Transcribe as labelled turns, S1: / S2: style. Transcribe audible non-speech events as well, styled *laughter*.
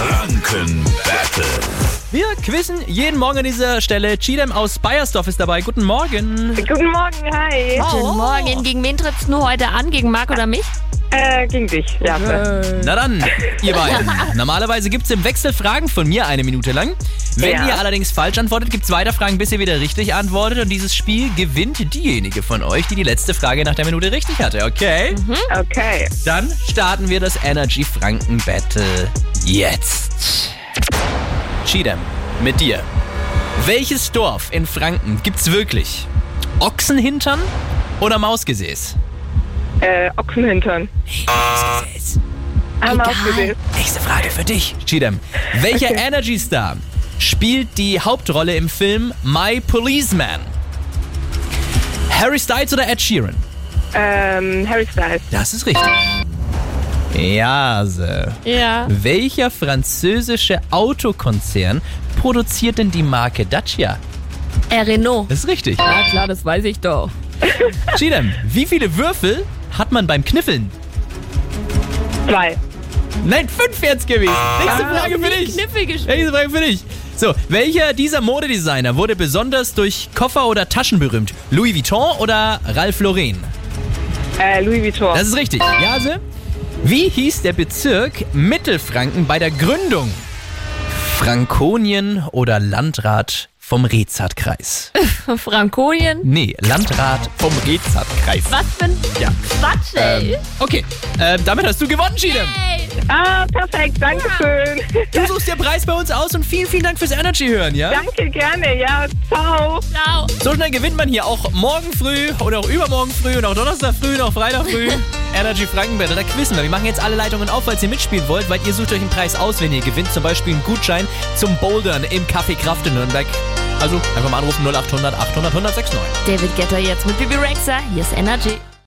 S1: Franken Battle.
S2: Wir quizzen jeden Morgen an dieser Stelle. Chidem aus Bayersdorf ist dabei. Guten Morgen.
S3: Guten Morgen, hi.
S2: Oh.
S4: Guten Morgen. Gegen wen trittst du heute an? Gegen Marc oder mich?
S3: Äh, gegen dich, ja.
S2: Na dann, ihr beiden. Normalerweise gibt es im Wechsel Fragen von mir eine Minute lang. Wenn
S3: Ja.
S2: ihr allerdings falsch antwortet, gibt es weiter Fragen, bis ihr wieder richtig antwortet. Und dieses Spiel gewinnt diejenige von euch, die die letzte Frage nach der Minute richtig hatte. Okay?
S3: Okay.
S2: Dann starten wir das Energy Franken Battle jetzt. Chidem, mit dir. Welches Dorf in Franken gibt's wirklich? Ochsenhintern oder Mausgesäß?
S3: Äh, Ochsenhintern.
S2: Mausgesäß.
S3: Haben wir
S4: Egal.
S3: ausgewählt.
S2: Nächste Frage für dich, Chidem. Welcher
S3: Okay.
S2: Energy Star spielt die Hauptrolle im Film My Policeman? Harry Styles oder Ed Sheeran?
S3: Ähm, Harry Styles.
S2: Das ist richtig. Jase.
S4: Ja.
S2: Welcher französische Autokonzern produziert denn die Marke Dacia?
S4: Äh, Renault.
S2: Das ist richtig.
S4: Ja, klar, das weiß ich doch.
S2: Chidem, wie viele Würfel hat man beim Kniffeln?
S3: Zwei.
S2: Nein, fünf jetzt gewesen. Nächste Frage für dich.
S4: Kniffel gespielt.
S2: Nächste Frage für dich. So, welcher dieser Modedesigner wurde besonders durch Koffer oder Taschen berühmt? Louis Vuitton oder Ralph Lauren?
S3: Äh, Louis Vuitton.
S2: Das ist richtig. Jase, wie hieß der Bezirk Mittelfranken bei der Gründung? Frankonien oder Landrat vom Rezat-Kreis?
S4: Frankonien.
S2: Nee, Landrat vom Rezat-Kreis.
S4: Was für ein
S2: Ja.
S4: Quatsch, ey.
S2: Ähm, okay, ähm, damit hast du gewonnen, Schiedem.
S4: Ey.
S3: Ah, perfekt, danke schön. *laughs*
S2: Du suchst den Preis bei uns aus und vielen, vielen Dank fürs Energy hören, ja?
S3: danke, gerne, ja. Ciao.
S4: Ciao.
S2: So schnell gewinnt man hier auch morgen früh und auch übermorgen früh und auch Donnerstag früh und auch Freitag früh. Energy Frankenberg, da quizzen wir. Wir machen jetzt alle Leitungen auf, falls ihr mitspielen wollt, weil ihr sucht euch einen Preis aus, wenn ihr gewinnt. Zum Beispiel einen Gutschein zum Bouldern im Café Kraft in Nürnberg. Also einfach mal anrufen 0800 800 1069.
S4: David Getter jetzt mit Bibi Rexer. Hier ist Energy.